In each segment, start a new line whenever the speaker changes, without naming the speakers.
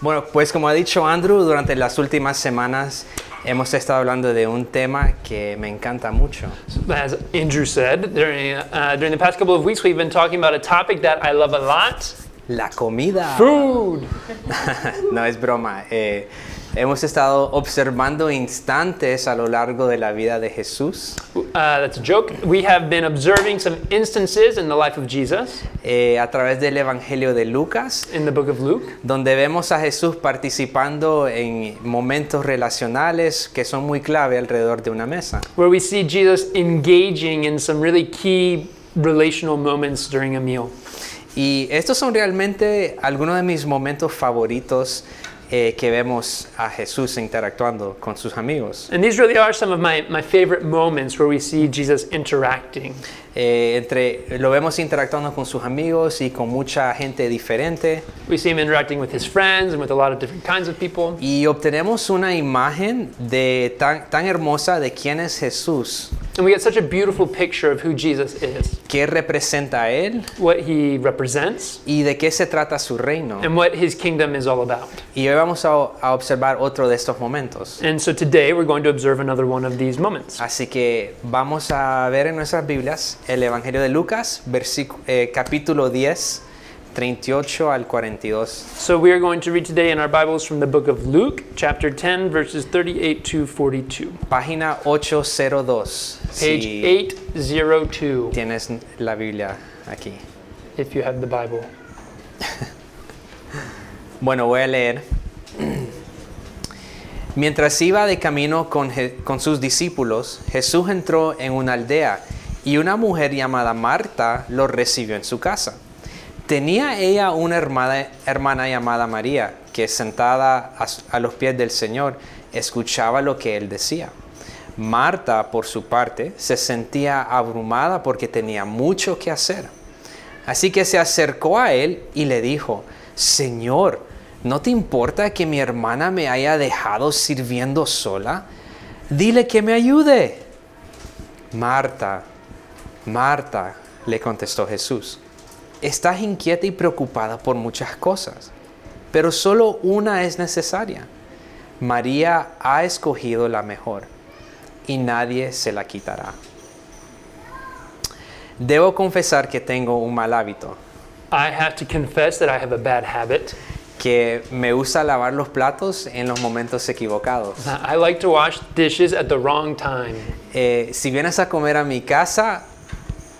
Bueno, pues como ha dicho Andrew, durante las últimas semanas hemos estado hablando de un tema que me encanta mucho.
As Andrew said, during, uh, during the past couple of weeks, we've been talking about a topic that I love a lot
La comida.
food.
no es broma. eh, hemos estado observando instantes a lo largo de la vida de Jesús.
Uh, that's a joke. We have been observing some instances in the life of Jesus
eh, a través del Evangelio de Lucas,
in the book of Luke
donde vemos a Jesús participando en momentos relacionales que son muy clave alrededor de una mesa.
where we see Jesus engaging in some really key relational moments during a meal.
Y estos son realmente algunos de mis momentos favoritos eh, que vemos a Jesús interactuando con sus amigos.
And these really are some of my, my favorite moments where we see Jesus interacting.
Eh, entre, lo vemos interactuando con sus amigos y con mucha gente diferente
We see him interacting with his friends and with a lot of different kinds of people.
y obtenemos una imagen de tan, tan hermosa de quién es Jesús,
And we get such a beautiful picture of who Jesus is,
qué representa a Él
what he represents,
y de qué se trata su reino.
and what his kingdom is all about.
Y hoy vamos a, a observar otro de estos momentos.
And so today we're going to observe another one of these moments.
Así que vamos a ver en nuestras Biblias el Evangelio de Lucas, versicu- eh, capítulo 10, 38 al 42.
So we are going to read today in our Bibles from the book of Luke, chapter 10, verses 38 to 42.
Página 802.
Page
si
802,
tienes la Biblia aquí.
if you have the Bible.
Bueno, voy a leer. Mientras iba de camino con, Je- con sus discípulos, Jesús entró en una aldea y una mujer llamada Marta lo recibió en su casa. Tenía ella una hermana, hermana llamada María, que sentada a s- a los pies del Señor escuchaba lo que él decía. Marta, por su parte, se sentía abrumada porque tenía mucho que hacer. Así que se acercó a él y le dijo, Señor, ¿no te importa que mi hermana me haya dejado sirviendo sola? Dile que me ayude. Marta, Marta, le contestó Jesús, estás inquieta y preocupada por muchas cosas, pero solo una es necesaria. María ha escogido la mejor y nadie se la quitará. Debo confesar que tengo un mal hábito,
I have to confess that I have a bad habit.
que me gusta lavar los platos en los momentos equivocados.
I like to wash dishes at the wrong time.
Eh, si vienes a comer a mi casa,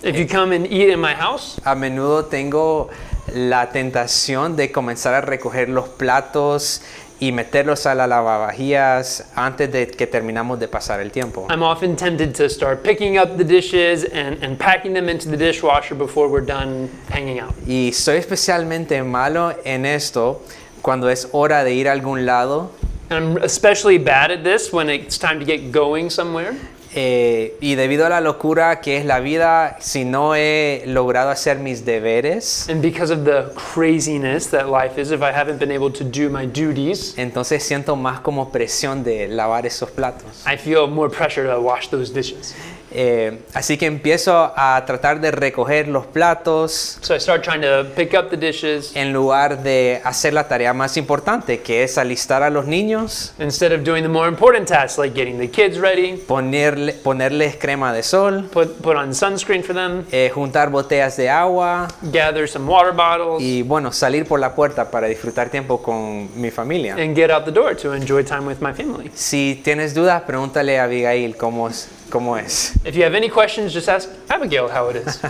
If you come and eat in my house,
a menudo tengo la tentación de comenzar a recoger los platos y meterlos a la lavavajillas antes de que terminamos de pasar el tiempo.
I'm often tempted to start picking up the dishes and, and packing them into the dishwasher before we're done hanging out.
Y soy especialmente malo en esto cuando es hora de ir a algún lado
And I'm especially bad at this when it's time to get going somewhere.
Eh, y debido a la locura que es la vida, si no he logrado hacer mis deberes,
And because of the craziness that life is, if I haven't been able to do my duties,
entonces siento más como presión de lavar esos platos.
I feel more pressure to wash those dishes.
Eh, así que empiezo a tratar de recoger los platos
So I start trying to pick up the dishes
en lugar de hacer la tarea más importante, que es alistar a los niños,
instead of doing the more important tasks like getting the kids ready,
ponerle- ponerles crema de sol,
put, put on sunscreen for them,
eh, juntar botellas de agua
gather some water bottles,
y bueno, salir por la puerta para disfrutar tiempo con mi familia.
and get out the door to enjoy time with my family.
Si tienes dudas, pregúntale a Abigail cómo es. Cómo es.
If you have any questions, just ask Abigail how it is.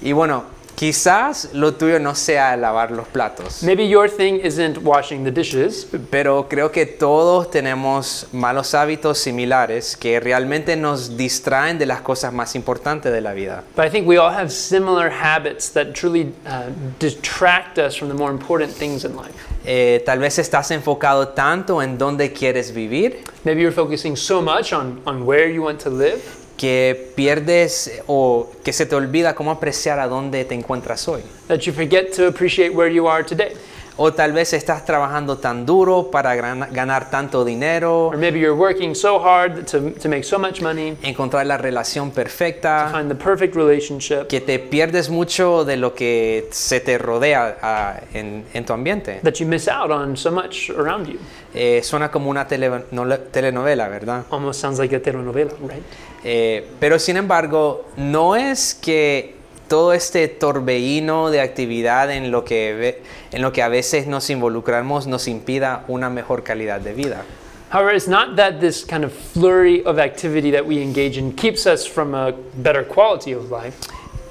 Y bueno, quizás lo tuyo no sea lavar los platos,
Maybe your thing isn't washing the dishes,
pero creo que todos tenemos malos hábitos similares que realmente nos distraen de las cosas más importantes de la vida.
but I think we all have similar habits that truly uh, detract us from the more important things in life.
Eh, tal vez estás enfocado tanto en dónde quieres vivir
Maybe you're focusing so much on, on where you want to live
que pierdes o que se te olvida cómo apreciar a dónde te encuentras hoy.
that you forget to appreciate where you are today.
O tal vez estás trabajando tan duro para gran- ganar tanto dinero,
Or maybe you're working so hard to, to make so much money,
encontrar la relación perfecta,
find the perfect relationship,
que te pierdes mucho de lo que se te rodea ah, en, en tu ambiente.
that you miss out on so much around you.
Eh, suena como una tele- no- telenovela, ¿verdad?
Almost sounds like a telenovela, right?
Eh, pero sin embargo, no es que todo este torbellino de actividad en lo, que ve- en lo que a veces nos involucramos nos impida una mejor calidad de vida.
However, it's not that this kind of flurry of activity that we engage in keeps us from a better quality of life.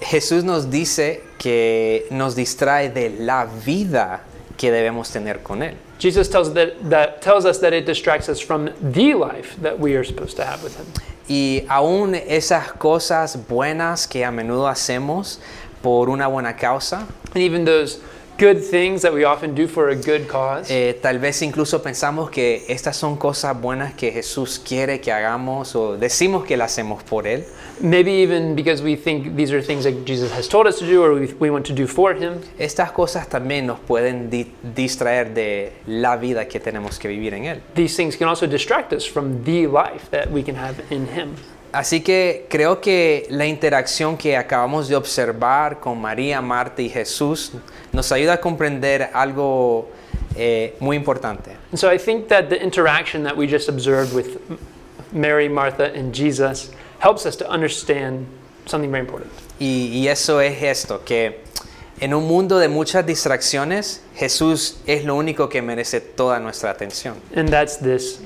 Jesús nos dice que nos distrae de la vida que debemos tener con Él.
Jesus tells, that, that, tells us that it distracts us from the life that we are supposed to have with Him.
Y aún esas cosas buenas que a menudo hacemos por una buena causa,
And even those good things that we often do for a good cause,
Eh, tal vez incluso pensamos que estas son cosas buenas que Jesús quiere que hagamos o decimos que las hacemos por Él.
maybe even because we think these are things that Jesus has told us to do or we, we want to do for Him,
Estas cosas también nos pueden di- distraer de la vida que tenemos que vivir en Él.
these things can also distract us from the life that we can have in Him.
Así que creo que la interacción que acabamos de observar con María, Marta y Jesús nos ayuda a comprender algo eh, muy importante.
And so I think that the interaction that we just observed with M- Mary, Martha, and Jesus helps us to understand something very important.
Y, y eso es esto, que en un mundo de muchas distracciones, Jesús es lo único que merece toda nuestra atención.
And that's this.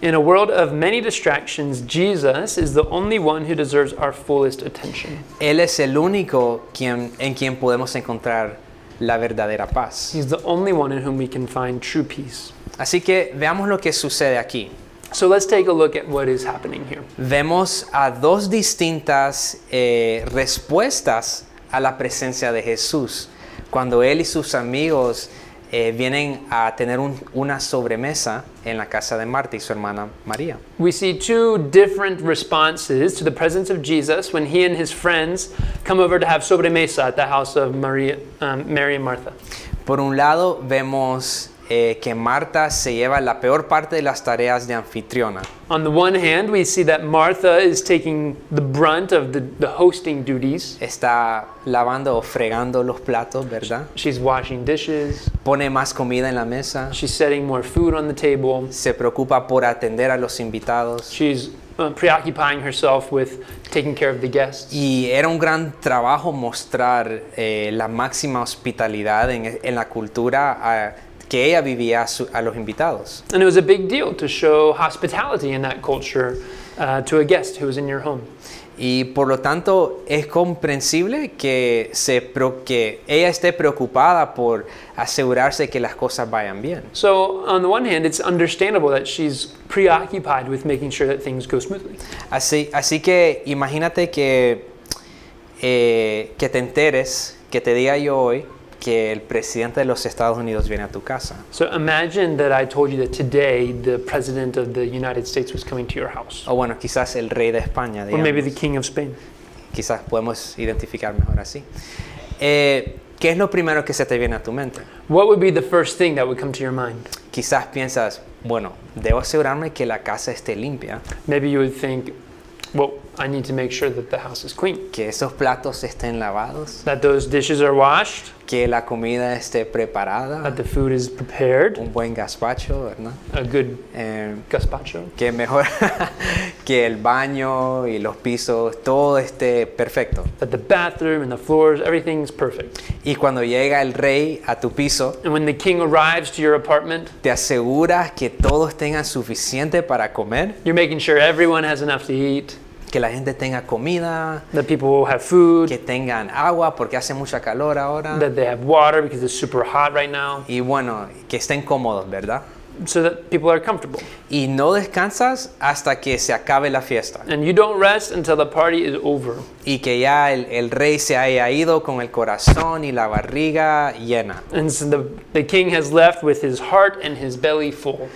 In a world of many distractions, Jesus is the only one who deserves our fullest attention.
Él es el único quien, en quien podemos encontrar la verdadera paz.
He's the only one in whom we can find true peace.
Así que veamos lo que sucede aquí.
So let's take a look at what is happening here.
Vemos a dos distintas eh, respuestas a la presencia de Jesús. Cuando él y sus amigos eh, vienen a tener un- una sobremesa en la casa de Marta y su hermana María.
We see two different responses to the presence of Jesus when he and his friends come over to have sobremesa at the house of Maria, um, Mary and Martha.
Por un lado, vemos eh, que Marta se lleva la peor parte de las tareas de anfitriona.
On the one hand, we see that Martha is taking the brunt of the, the hosting duties.
Está lavando o fregando los platos, ¿verdad?
She's washing dishes,
Pone más comida en la mesa,
she's setting more food on the table,
se preocupa por atender a los invitados.
she's uh, preoccupying herself with taking care of the guests.
Y era un gran trabajo mostrar eh, la máxima hospitalidad en, en la cultura ah, que ella vivía a, su- a los invitados.
And it was a big deal to show hospitality in that culture uh, to a guest who was in your home.
Y por lo tanto es comprensible que, se, pro- que ella esté preocupada por asegurarse que las cosas vayan bien.
So, on the one hand, it's understandable that she's preoccupied with making sure that things go smoothly.
Así, así que imagínate que, eh, que te enteres, que te diga yo hoy que el presidente de los Estados Unidos viene a tu casa.
So, imagine that I told you that today the President of the United States was coming to your house,
O bueno, quizás el rey de España,
or maybe
digamos.
the King of Spain.
quizás podemos identificar mejor así. Eh, ¿Qué es lo primero que se te viene a tu mente?
What would be the first thing that would come to your mind?
Quizás piensas, bueno, debo asegurarme que la casa esté limpia.
Maybe you would think, well, I need to make sure that the house is clean,
que esos platos estén lavados,
that those dishes are washed,
que la comida esté preparada,
that the food is prepared,
un buen gazpacho, ¿verdad?
a good
Eh,
gazpacho,
que mejor que el baño y los pisos, todo esté perfecto.
that the bathroom and the floors, everything's perfect.
Y cuando llega el rey a tu piso,
And when the king arrives to your apartment,
te aseguras que todos tengan suficiente para comer,
you're making sure everyone has enough to eat,
que la gente tenga comida,
that people have food,
que tengan agua porque hace mucha calor ahora.
that they have water because it's super hot right now,
Y bueno, que estén cómodos, ¿verdad?
so that people are comfortable.
Y no descansas hasta que se acabe la fiesta.
And you don't rest until the party is over.
y que ya el, el rey se haya ido con el corazón y la barriga llena.
And so the, the king has left with his heart and his belly full.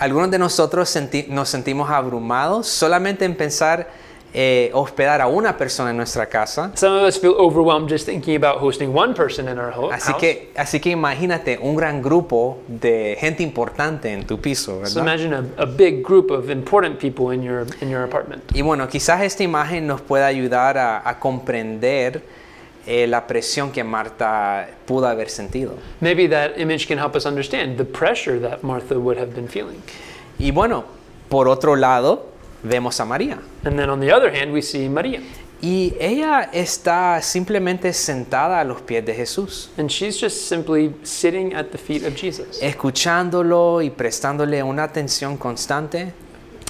Algunos de nosotros senti- nos sentimos abrumados solamente en pensar eh, hospedar a una persona en nuestra casa.
Some of us feel overwhelmed just thinking about hosting one person in our ho-
Así
house.
que, así que imagínate un gran grupo de gente importante en tu piso,
So
¿verdad?
imagine a, a big group of important people in your in your apartment.
Y bueno, quizás esta imagen nos pueda ayudar a, a comprender eh, la presión que Marta pudo haber sentido.
Maybe that image can help us understand the pressure that Martha would have been feeling.
Y bueno, por otro lado, vemos a María.
And then on the other hand, we see Maria,
Y ella está simplemente sentada a los pies de Jesús,
and she's just simply sitting at the feet of Jesus,
escuchándolo y prestándole una atención constante.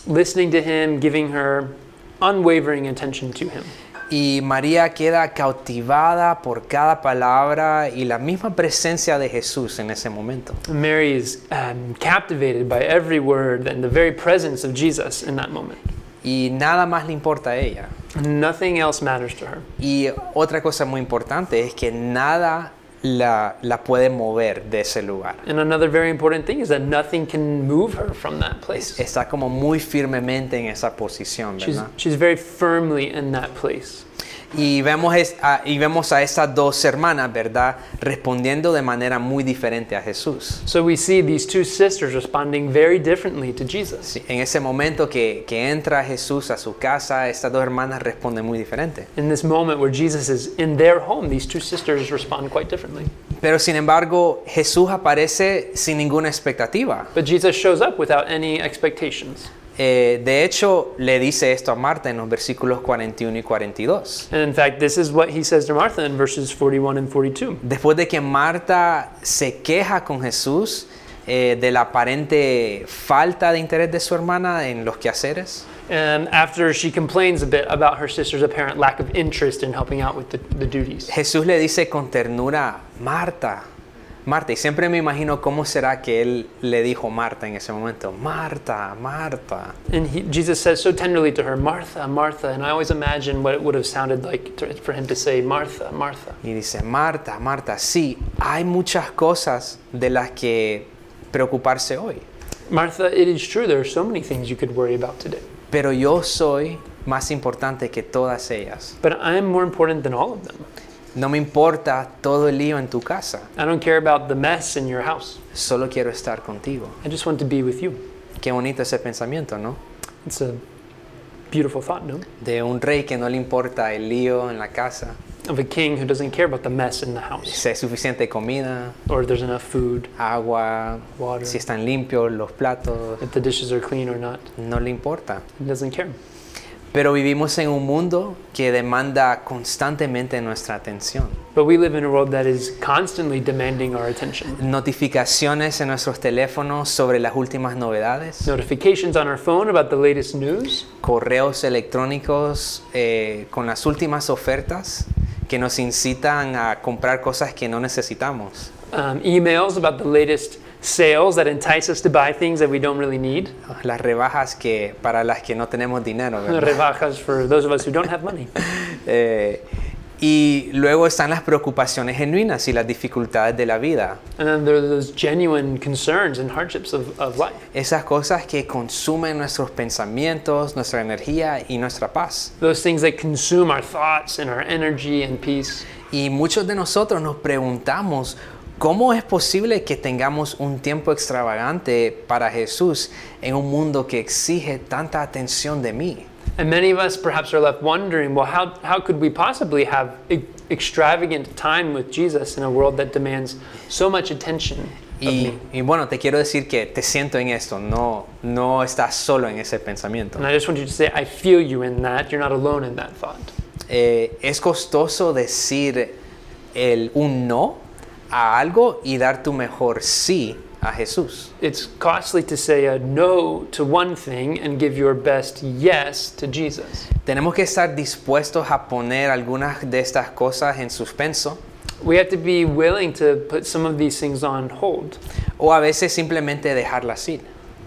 listening to him, giving her unwavering attention to him.
Y María queda cautivada por cada palabra y la misma presencia de Jesús en ese momento.
Mary is um, captivated by every word and the very presence of Jesus in that moment.
Y nada más le importa a ella.
Nothing else matters to her.
Y otra cosa muy importante es que nada la, la puede mover de ese lugar.
And another very important thing is that nothing can move her from that place.
Está como muy firmemente en esa posición,
She's,
¿verdad?
she's very firmly in that place.
Y vemos, es- a, y vemos a estas dos hermanas, ¿verdad? Respondiendo de manera muy diferente a Jesús.
So we see these two sisters responding very differently to Jesus.
Sí, en ese momento que, que entra Jesús a su casa, estas dos hermanas responden muy diferente.
In this moment where Jesus is in their home, these two sisters respond quite differently.
Pero sin embargo, Jesús aparece sin ninguna expectativa.
But Jesus shows up without any expectations.
Eh, de hecho, le dice esto a Marta en los versículos 41 y 42.
And in fact, this is what he says to Martha in verses 41 and 42.
Después de que Marta se queja con Jesús eh, de la aparente falta de interés de su hermana en los quehaceres,
And after she complains a bit about her sister's apparent lack of interest in helping out with the, the duties,
Jesús le dice con ternura, Marta, Marta, y siempre me imagino cómo será que él le dijo Marta en ese momento, Marta, Marta.
and he, Jesus says so tenderly to her, Martha, Martha. And I always imagine what it would have sounded like to, for him to say, Martha, Martha.
Y dice, Marta, Marta, sí, hay muchas cosas de las que preocuparse hoy,
Martha, it is true there are so many things you could worry about today,
pero yo soy más importante que todas ellas.
but I am more important than all of them.
No me importa todo el lío en tu casa,
I don't care about the mess in your house.
solo quiero estar contigo.
I just want to be with you.
Qué bonito ese pensamiento, ¿no?
It's a beautiful thought, no?
De un rey que no le importa el lío en la casa,
Of a king who doesn't care about the mess in the house,
si hay suficiente comida,
or if there's enough food,
agua,
water,
si están limpios los platos,
if the dishes are clean or not.
no le importa.
He doesn't care.
Pero vivimos en un mundo que demanda constantemente nuestra atención.
But we live in a world that is constantly demanding our attention.
Notificaciones en nuestros teléfonos sobre las últimas novedades,
Notifications on our phone about the latest news,
correos electrónicos eh, con las últimas ofertas que nos incitan a comprar cosas que no necesitamos.
um, emails about the latest sales that entice us to buy things that we don't really need.
Las rebajas que para las que no tenemos dinero. ¿verdad?
Rebajas for those of us who don't have money.
Eh, y luego están las preocupaciones genuinas y las dificultades de la vida.
And then there are those genuine concerns and hardships of, of life.
Esas cosas que consumen nuestros pensamientos, nuestra energía y nuestra paz.
Those things that consume our thoughts and our energy and peace.
Y muchos de nosotros nos preguntamos, ¿cómo es posible que tengamos un tiempo extravagante para Jesús en un mundo que exige tanta atención de mí?
And many of us perhaps are left wondering well, how, how could we possibly have e- extravagant time with Jesus in a world that demands so much attention? of
Y,
me?
y bueno, te quiero decir que te siento en esto, no, no estás solo en ese pensamiento.
And I just want you to say, I feel you in that. You're not alone in that thought.
Eh, es costoso decir el, un no a algo y dar tu mejor sí a Jesús.
It's costly to say a no to one thing and give your best yes to Jesus.
Tenemos que estar dispuestos a poner algunas de estas cosas en suspenso
We have to be willing to put some of these things on hold
o a veces simplemente dejarlas ir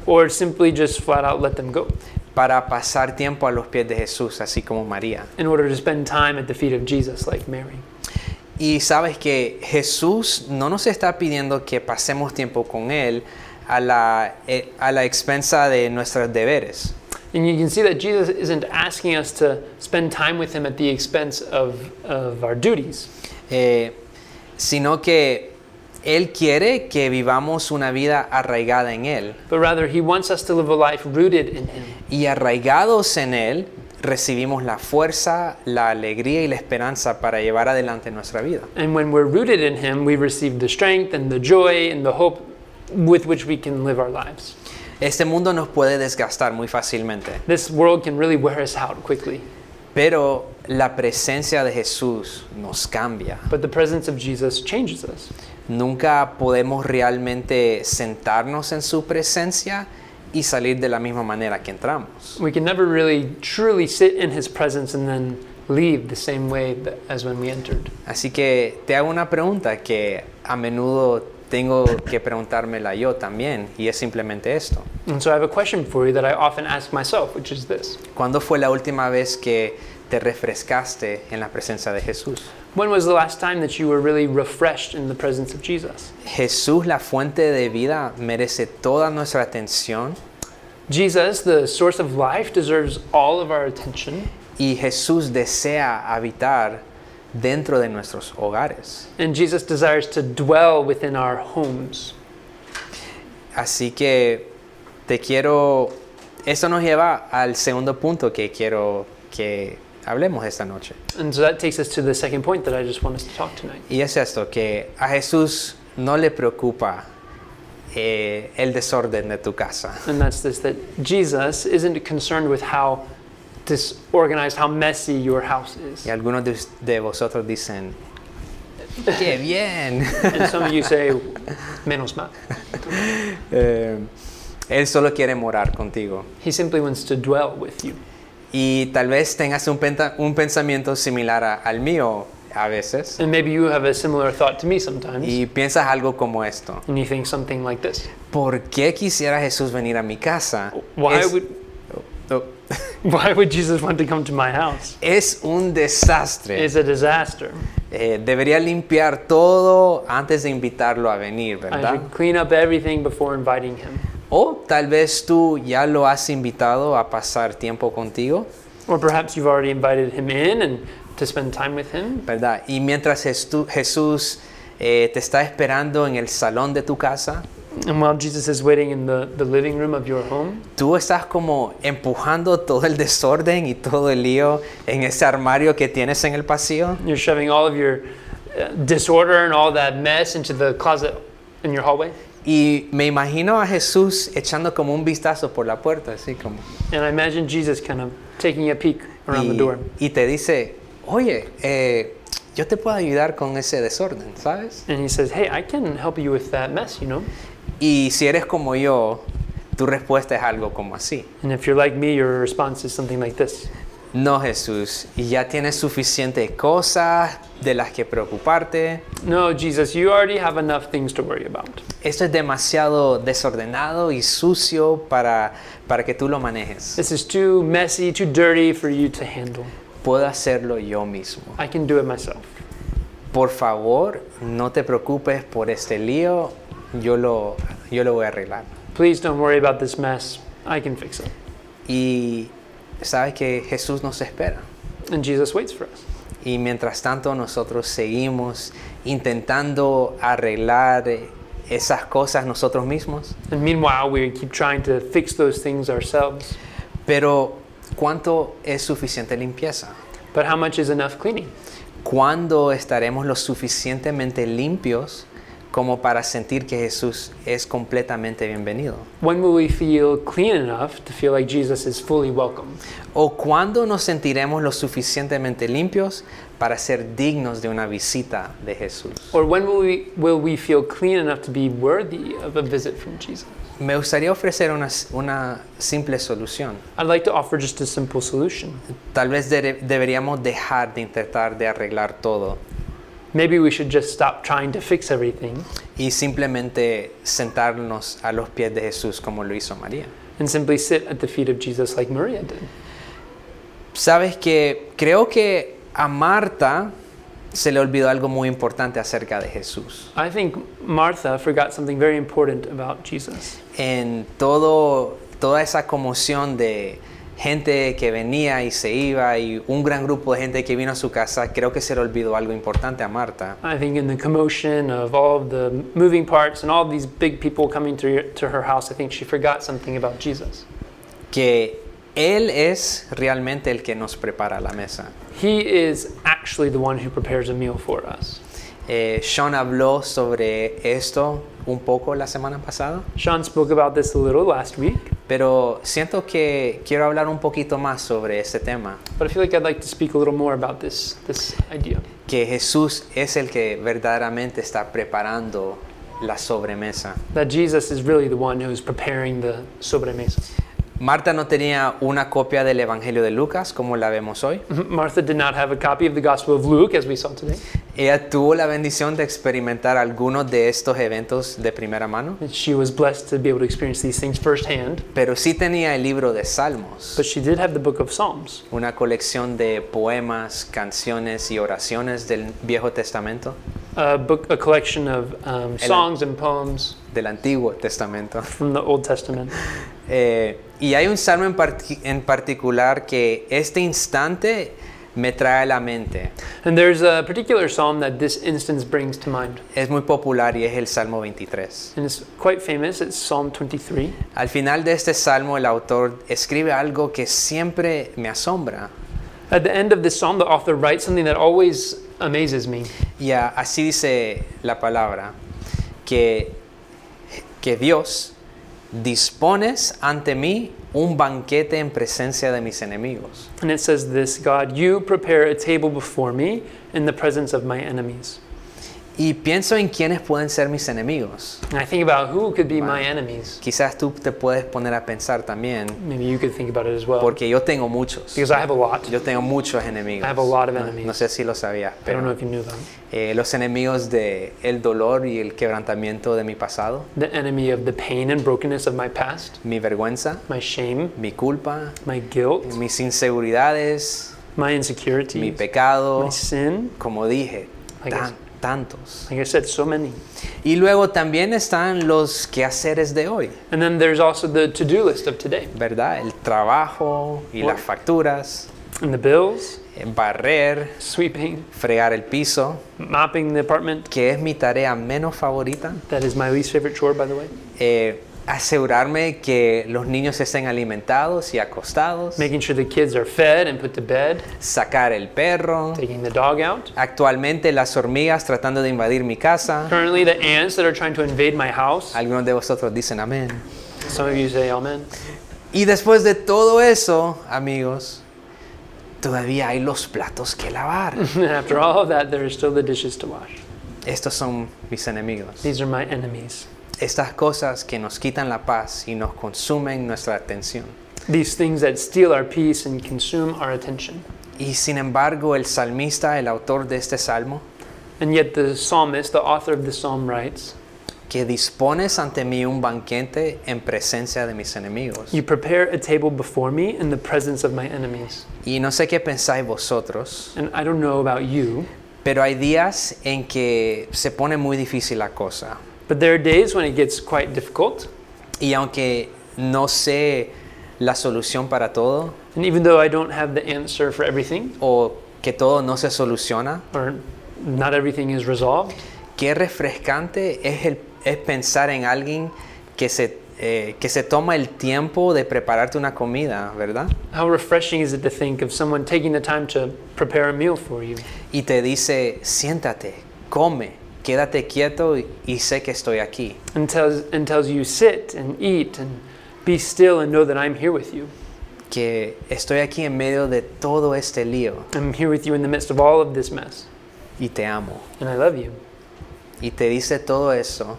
or simply just flat out let them go
para pasar tiempo a los pies de Jesús, así como María.
in order to spend time at the feet of Jesus like Mary.
Y sabes que Jesús no nos está pidiendo que pasemos tiempo con Él a la, eh, a la expensa de nuestros deberes.
And you can see that Jesus isn't asking us to spend time with him at the expense of, of our duties.
eh, sino que Él quiere que vivamos una vida arraigada en Él.
But rather, he wants us to live a life rooted in him.
Y arraigados en Él, recibimos la fuerza, la alegría y la esperanza para llevar adelante nuestra vida.
And when we're rooted in him, we receive the strength and the joy and the hope with which we can live our lives.
Este mundo nos puede desgastar muy fácilmente,
This world can really wear us out quickly,
pero la presencia de Jesús nos cambia.
but the presence of Jesus changes us.
Nunca podemos realmente sentarnos en su presencia y salir de la misma manera que entramos.
We can never really truly sit in his presence and then leave the same way that, as when we entered.
Así que te hago una pregunta que a menudo tengo que preguntármela yo también, y es simplemente esto.
And so I have a question for you that I often ask myself, which is this
¿Cuándo fue la última vez que te refrescaste en la presencia de Jesús?
When was the last time that you were really refreshed in the presence of Jesus?
Jesús, la fuente de vida, merece toda nuestra atención
Jesus, the source of life, deserves all of our attention,
y Jesús desea habitar dentro de nuestros hogares.
and Jesus desires to dwell within our homes.
Así que te quiero, eso nos lleva al segundo punto que quiero que hablemos esta noche.
And so that takes us to the second point that I just want us to talk tonight.
Y es esto, que a Jesús no le preocupa eh, el desorden de tu casa.
And that's this that Jesus isn't concerned with how disorganized, how messy your house is.
Y algunos de, us- de vosotros dicen, ¡qué bien!
And some of you say, menos mal.
Eh, él solo quiere morar contigo.
He simply wants to dwell with you.
Y tal vez tengas un, penta- un pensamiento similar a- al mío a veces.
And maybe you have a similar thought to me sometimes.
Y piensas algo como esto.
And you think something like this
¿Por qué quisiera Jesús venir a mi casa?
Why,
Es-
would,
oh,
why would Jesus want to come to my house?
es un desastre.
It's a disaster.
Eh, debería limpiar todo antes de invitarlo a venir,
I
¿verdad?
should clean up everything before inviting him.
O tal vez tú ya lo has invitado a pasar tiempo contigo,
Or perhaps you've already invited him in and to spend time with him.
¿verdad? Y mientras Jesu- Jesús eh, te está esperando en el salón de tu casa,
And while Jesus is waiting in the, the living room of your home,
tú estás como empujando todo el desorden y todo el lío en ese armario que tienes en el pasillo.
you're shoving all of your uh, disorder and all that mess into the closet in your hallway.
Y me imagino a Jesús echando como un vistazo por la puerta, así como...
And I imagine Jesus kind of taking a peek around the
y,
door.
y te dice, oye, eh, yo te puedo ayudar con ese desorden, ¿sabes?
And he says, Hey, I can help you with that mess, you know?
Y si eres como yo, tu respuesta es algo como así.
And if you're like me, your response is something like this
No, Jesús, y ya tienes suficientes cosas de las que preocuparte.
No, Jesus, you already have enough things to worry about.
Esto es demasiado desordenado y sucio para, para que tú lo manejes.
This is too messy, too dirty for you to handle.
Puedo hacerlo yo mismo.
I can do it myself.
Por favor, no te preocupes por este lío. Yo lo, yo lo voy a arreglar.
Please don't worry about this mess. I can fix it.
Y sabes que Jesús nos espera.
And Jesus waits for us.
Y mientras tanto nosotros seguimos intentando arreglar eh, esas cosas nosotros mismos.
And meanwhile, we keep trying to fix those things ourselves.
Pero ¿cuánto es suficiente limpieza?
But how much is enough cleaning?
¿Cuándo estaremos lo suficientemente limpios como para sentir que Jesús es completamente bienvenido?
When will we feel clean enough to feel like Jesus is fully welcome?
¿O cuándo nos sentiremos lo suficientemente limpios para ser dignos de una visita de Jesús?
Or when will we, will we feel clean enough to be worthy of a visit from Jesus?
Me gustaría ofrecer una, una simple solución.
I'd like to offer just a simple solution.
Tal vez dere- deberíamos dejar de intentar de arreglar todo
Maybe we should just stop trying to fix everything
y simplemente sentarnos a los pies de Jesús como lo hizo María.
and simply sit at the feet of Jesus like Maria did.
Sabes que creo que a Marta se le olvidó algo muy importante acerca de Jesús.
I think Martha forgot something very important about Jesus.
En todo, toda esa conmoción de gente que venía y se iba y un gran grupo de gente que vino a su casa, creo que se le olvidó algo importante a Marta.
I think in the commotion of all of the moving parts and all these big people coming to, your, to her house, I think she forgot something about Jesus.
que Él es realmente el que nos prepara la mesa.
He is actually the one who prepares a meal for us.
Eh, Sean habló sobre esto un poco la semana pasada,
Sean spoke about this a little last week,
pero siento que quiero hablar un poquito más sobre este tema,
but I feel like I'd like to speak a little more about this, this idea
que Jesús es el que verdaderamente está preparando la sobremesa.
that Jesus is really the one who's preparing the sobremesa.
Marta no tenía una copia del Evangelio de Lucas como la vemos hoy.
Martha did not have a copy of the Gospel of Luke, as we saw today.
Ella tuvo la bendición de experimentar algunos de estos eventos de primera mano,
And she was blessed to be able to experience these things firsthand,
pero sí tenía el libro de Salmos.
but she did have the book of Psalms,
una colección de poemas, canciones y oraciones del Viejo Testamento,
a, book, a collection of um, songs and poems
del Antiguo Testamento.
from the Old Testament.
Eh, y hay un salmo en, parti- en particular que este instante me trae a la mente.
And there's a particular psalm that this instance brings to mind,
Es muy popular y es el Salmo 23.
and it's quite famous. It's Psalm 23.
Al final de este salmo el autor escribe algo que siempre me asombra.
At the end of this psalm, the author writes something that always amazes me.
Y ah, así dice la palabra, que, que Dios dispones ante mí un banquete en presencia de mis enemigos.
And it says this God, you prepare a table before me in the presence of my enemies.
Y pienso en quiénes pueden ser mis enemigos.
And I think about who could be my enemies.
Quizás tú te puedes poner a pensar también,
Maybe you could think about it as well.
porque yo tengo muchos.
because I have a lot.
Yo tengo muchos enemigos.
I have a lot of
No-
enemies.
No sé si lo sabías,
I don't
pero
know if you knew that.
eh, los enemigos de el dolor y el quebrantamiento de mi pasado,
The enemy of the pain and brokenness of my past,
mi vergüenza,
my shame,
mi culpa,
my guilt,
mis inseguridades,
my
mi
insecurity,
pecado,
my sin.
como dije,
I
tan-
guess.
tantos.
Like I said, so many.
Y luego también están los quehaceres de hoy,
And then there's also the to do list of today
¿verdad? El trabajo y las facturas,
and the bills,
eh, barrer,
sweeping,
fregar el piso,
mopping the apartment.
que es mi tarea menos favorita,
That is my least favorite chore, by the way.
eh, asegurarme que los niños estén alimentados y acostados,
Making sure the kids are fed and put to bed,
sacar el perro,
taking the dog out.
actualmente las hormigas tratando de invadir mi casa.
Currently, the ants that are trying to invade my house.
Algunos de vosotros dicen amén.
Some of you say amen.
Y después de todo eso, amigos, todavía hay los platos que lavar.
And after all of that, there are still the dishes to wash.
Estos son mis enemigos.
These are my enemies.
Estas cosas que nos quitan la paz y nos consumen nuestra atención.
These things that steal our peace and consume our attention.
Y sin embargo, el salmista, el autor de este salmo,
And yet, the psalmist, the author of the psalm, writes,
que dispones ante mí un banquete en presencia de mis enemigos.
You prepare a table before me in the presence of my enemies.
Y no sé qué pensáis vosotros,
And I don't know about you,
pero hay días en que se pone muy difícil la cosa.
but there are days when it gets quite difficult.
Y aunque no sé la solución para todo,
And even though I don't have the answer for everything,
o que todo no se soluciona,
or not everything is resolved,
qué refrescante es, el, es pensar en alguien que se, eh, que se toma el tiempo de prepararte una comida, ¿verdad?
how refreshing is it to think of someone taking the time to prepare a meal for you?
Y te dice, siéntate, come, quédate quieto y, y sé que estoy aquí.
and tells, and tells you sit and eat and be still and know that I'm here with you.
que estoy aquí en medio de todo este lío
I'm here with you in the midst of all of this mess
y te amo.
and I love you.
Y te dice todo eso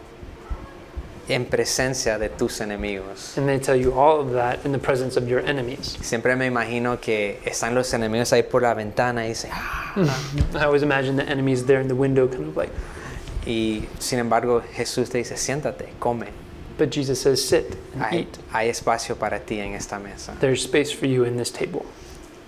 en presencia de tus enemigos.
And they tell you all of that in the presence of your enemies.
Siempre me imagino que están los enemigos ahí por la ventana y dicen, "Ah".
I always imagine the enemies there in the window kind of like,
y sin embargo Jesús te dice, siéntate, come,
but Jesus says sit and
hay,
eat.
hay espacio para ti en esta mesa.
There's space for you in this table.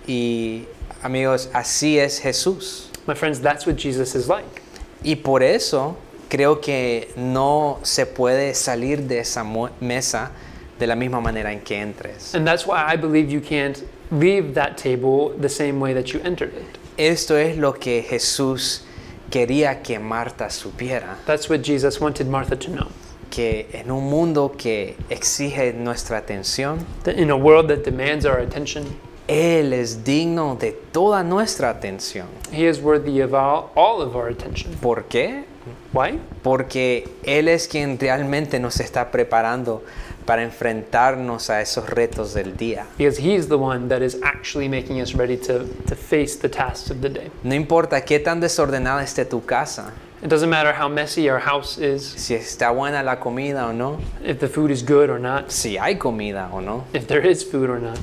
Y amigos, así es Jesús.
My friends, that's what Jesus is like.
Y por eso creo que no se puede salir de esa mu- mesa de la misma manera en que entres.
And that's why I believe you can't leave that table the same way that you entered it.
Esto es lo que Jesús quería que Marta supiera,
That's what Jesus wanted Martha to know.
que en un mundo que exige nuestra atención,
That in a world that demands our attention,
Él es digno de toda nuestra atención.
He is worthy of all, all of our attention.
¿Por qué?
Why?
Porque Él es quien realmente nos está preparando para enfrentarnos a esos retos del día.
Because He's the one that is actually making us ready to, to face the tasks of the day.
No importa qué tan desordenada esté tu casa,
It doesn't matter how messy our house is,
si está buena la comida o no,
if the food is good or not,
si hay comida o no,
if there is food or not.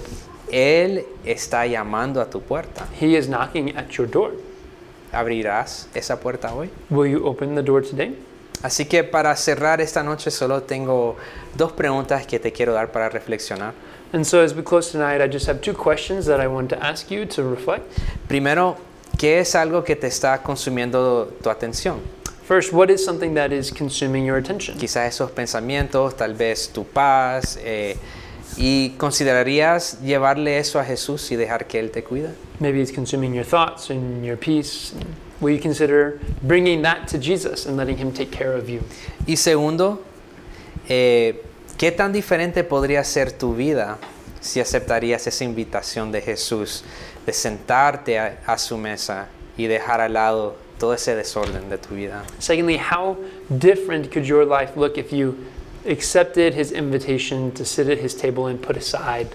Él está llamando a tu puerta.
He is knocking at your door.
¿Abrirás esa puerta hoy?
Will you open the door today?
Así que para cerrar esta noche solo tengo dos preguntas que te quiero dar para reflexionar.
And so, as we close tonight, I just have two questions that I want to ask you to reflect.
Primero, ¿qué es algo que te está consumiendo tu atención?
First, what is something that is consuming your attention?
Quizás esos pensamientos, tal vez tu paz. eh, ¿Y considerarías llevarle eso a Jesús y dejar que Él te cuida?
Maybe it's consuming your thoughts and your peace. Will you consider bringing that to Jesus and letting Him take care of you?
Y segundo, eh, ¿qué tan diferente podría ser tu vida si aceptarías esa invitación de Jesús de sentarte a, a su mesa y dejar al lado todo ese desorden de tu vida?
Secondly, how different could your life look if you accepted His invitation to sit at His table and put aside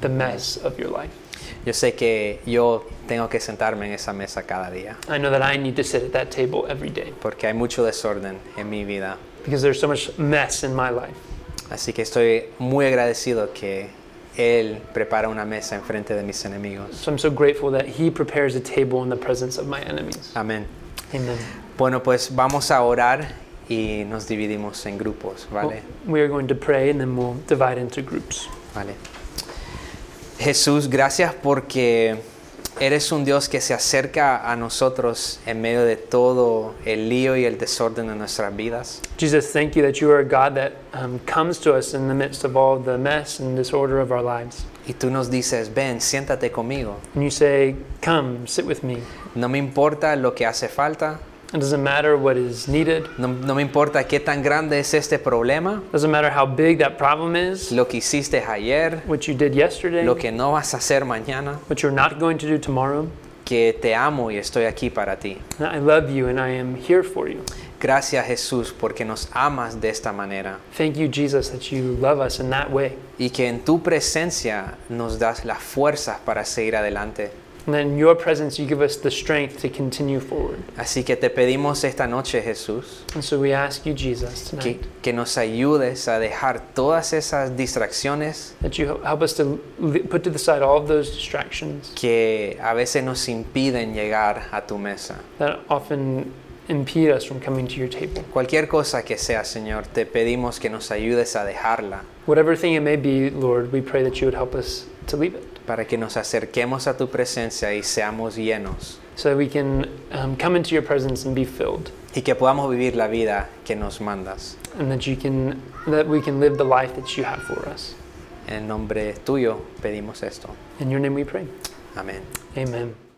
the mess of your life?
Yo sé que yo tengo que sentarme en esa mesa cada día
I know that I need to sit at that table every day
porque hay mucho desorden en mi vida.
because there's so much mess in my life.
Así que estoy muy agradecido que Él prepara una mesa enfrente de mis enemigos.
So I'm so grateful that He prepares a table in the presence of my enemies.
Amén.
Amen.
Bueno, pues vamos a orar y nos dividimos en grupos, ¿vale?
We are going to pray and then we'll divide into groups.
Vale. Jesús, gracias porque eres un Dios que se acerca a nosotros en medio de todo el lío y el desorden de nuestras vidas.
Jesus, thank you that you are a God that um, comes to us in the midst of all the mess and disorder of our lives.
Y tú nos dices, ven, siéntate conmigo.
And you say, Come, sit with me.
No me importa lo que hace falta,
It doesn't matter what is needed,
no, no me importa qué tan grande es este problema,
doesn't matter how big that problem is,
lo que hiciste ayer,
what you did yesterday,
lo que no vas a hacer mañana,
what you're not going to do tomorrow.
que te amo y estoy aquí para ti.
And I love you and I am here for you.
Gracias Jesús porque nos amas de esta manera.
Thank you, Jesus, that you love us in that way.
y que en tu presencia nos das las fuerzas para seguir adelante.
And in your presence, you give us the strength to continue forward.
Así que te pedimos esta noche, Jesús,
And so we ask you, Jesus,
que,
tonight
que nos ayudes a dejar todas esas distracciones
that you help us to l- put to the side all of those distractions
que a veces nos impiden llegar a tu mesa.
that often impede us from coming to your table.
Cualquier cosa que sea, Señor, te pedimos que nos ayudes a dejarla
Whatever thing it may be, Lord, we pray that you would help us to leave it
para que nos acerquemos a tu presencia y seamos llenos
so that we can um, come into your presence and be filled
y que podamos vivir la vida que nos mandas.
and that you can that we can live the life that you have for us.
En el nombre tuyo pedimos esto.
In your name we pray.
Amén.
Amen.